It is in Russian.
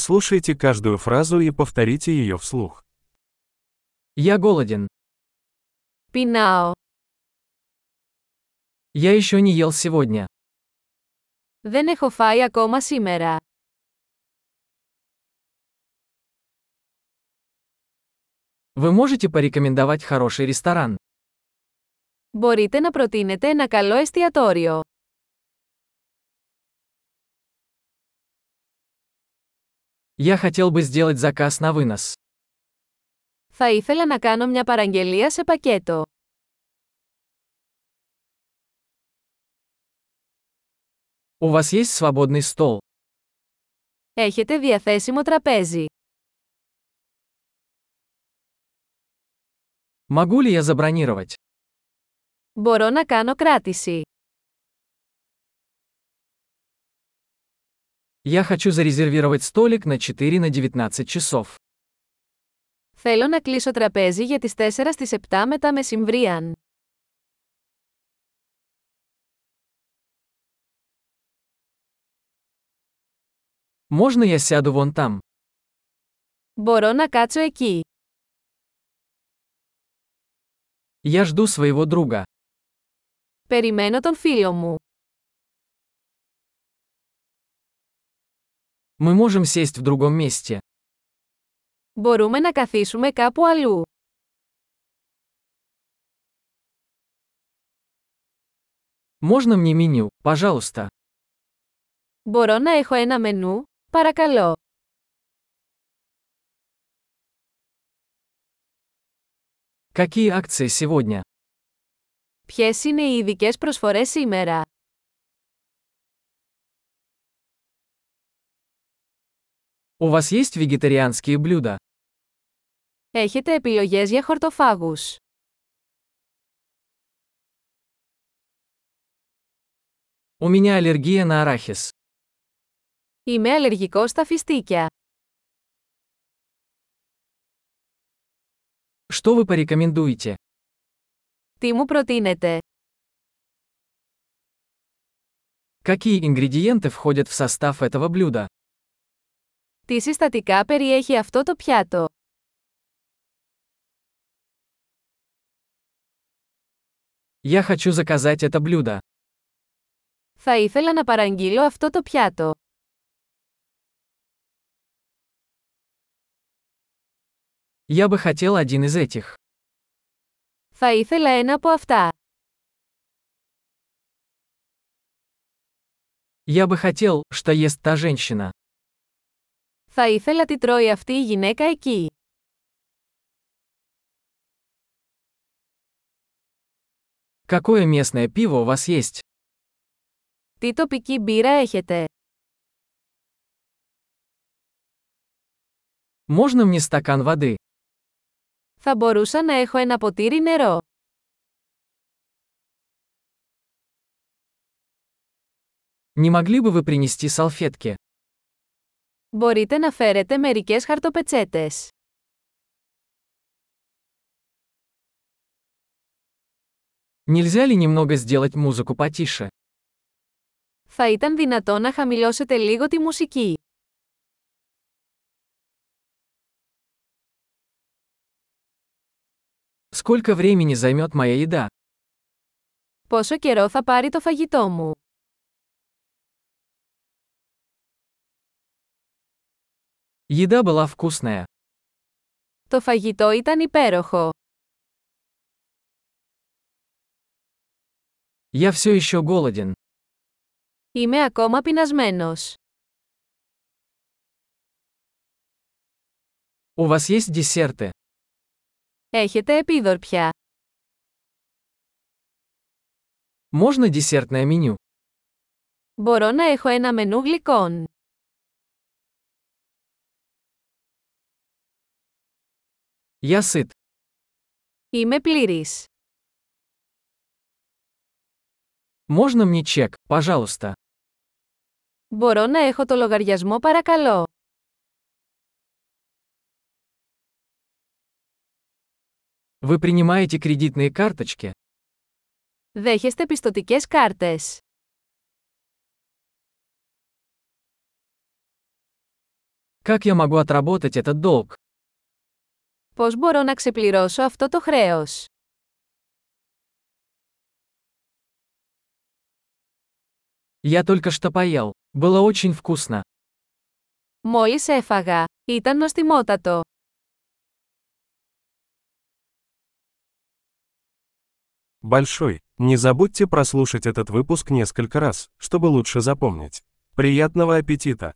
Прослушайте каждую фразу и повторите ее вслух. Я голоден. Πεινάω. Я еще не ел сегодня. Δεν έχω φάει ακόμα σήμερα. Вы можете порекомендовать хороший ресторан? Μπορείτε να προτείνετε ένα καλό εστιατόριο. Я хотел бы сделать заказ на вынос. Θα ήθελα να κάνω μια παραγγελία σε πακέτο. У вас есть свободный стол? Έχετε διαθέσιμο τραπέζι. Могу ли я забронировать? Μπορώ να κάνω κράτηση. Я хочу зарезервировать столик на 4 на 19 часов. Θέλω να κλείσω τραπέζι για τις 4 στις 7 μετά μεσημβρίαν. Можно я сяду вон там? Μπορώ να κάτσω εκεί. Я жду своего друга. Περιμένω τον φίλο μου. Мы можем сесть в другом месте. Μπορούμε να καθίσουμε κάπου αλλού. Можно мне меню, пожалуйста? Μπορώ να έχω ένα μενού, παρακαλώ. Какие акции сегодня? Ποιες είναι οι ειδικές προσφορές σήμερα. У вас есть вегетарианские блюда? Έχετε επιλογές για χορτοφάγους. У меня аллергия на арахис. Είμαι αλλεργικός στα φιστίκια. Что вы порекомендуете? Τι μου προτείνετε. Какие ингредиенты входят в состав этого блюда? Τι συστατικά περιέχει αυτό το πιάτο. Я хочу заказать это блюдо. Θα ήθελα να παραγγείλω αυτό το πιάτο. Я бы хотел один из этих. Θα ήθελα ένα από αυτά. Я бы хотел, что ест та женщина. Θα ήθελα τι τρώει αυτή η γυναίκα εκεί. Какое местное пиво у вас есть? Τι τοπική μπύρα έχετε. Можно мне стакан воды? Θα μπορούσα να έχω ένα ποτήρι νερό. Не могли бы вы принести салфетки? Μπορείτε να φέρετε μερικές χαρτοπετσέτες. Нельзя ли немного сделать музыку потише? Θα ήταν δυνατό να χαμηλώσετε λίγο τη μουσική. Сколько времени займет моя еда? Πόσο καιρό θα πάρει το φαγητό μου. Еда была вкусная. Το φαγητό ήταν υπέροχο. Я все еще голоден. Είμαι ακόμα πεινασμένος. У вас есть десерты? Έχετε επίδορπια. Можно десертное меню? Μπορώ να έχω ένα μενού γλυκών. Я сыт. Είμαι πλήρης. Можно мне чек, пожалуйста? Μπορώ να έχω το λογαριασμό παρακαλώ. Вы принимаете кредитные карточки? Δέχεστε πιστοτικές κάρτες. Как я могу отработать этот долг? Πώς μπορώ να ξεπληρώσω αυτό το χρέος. Я только что поел. Было очень вкусно. Μόλις έφαγα. Ήταν νοστιμότατο. Большой. Не забудьте прослушать этот выпуск несколько раз, чтобы лучше запомнить. Приятного аппетита!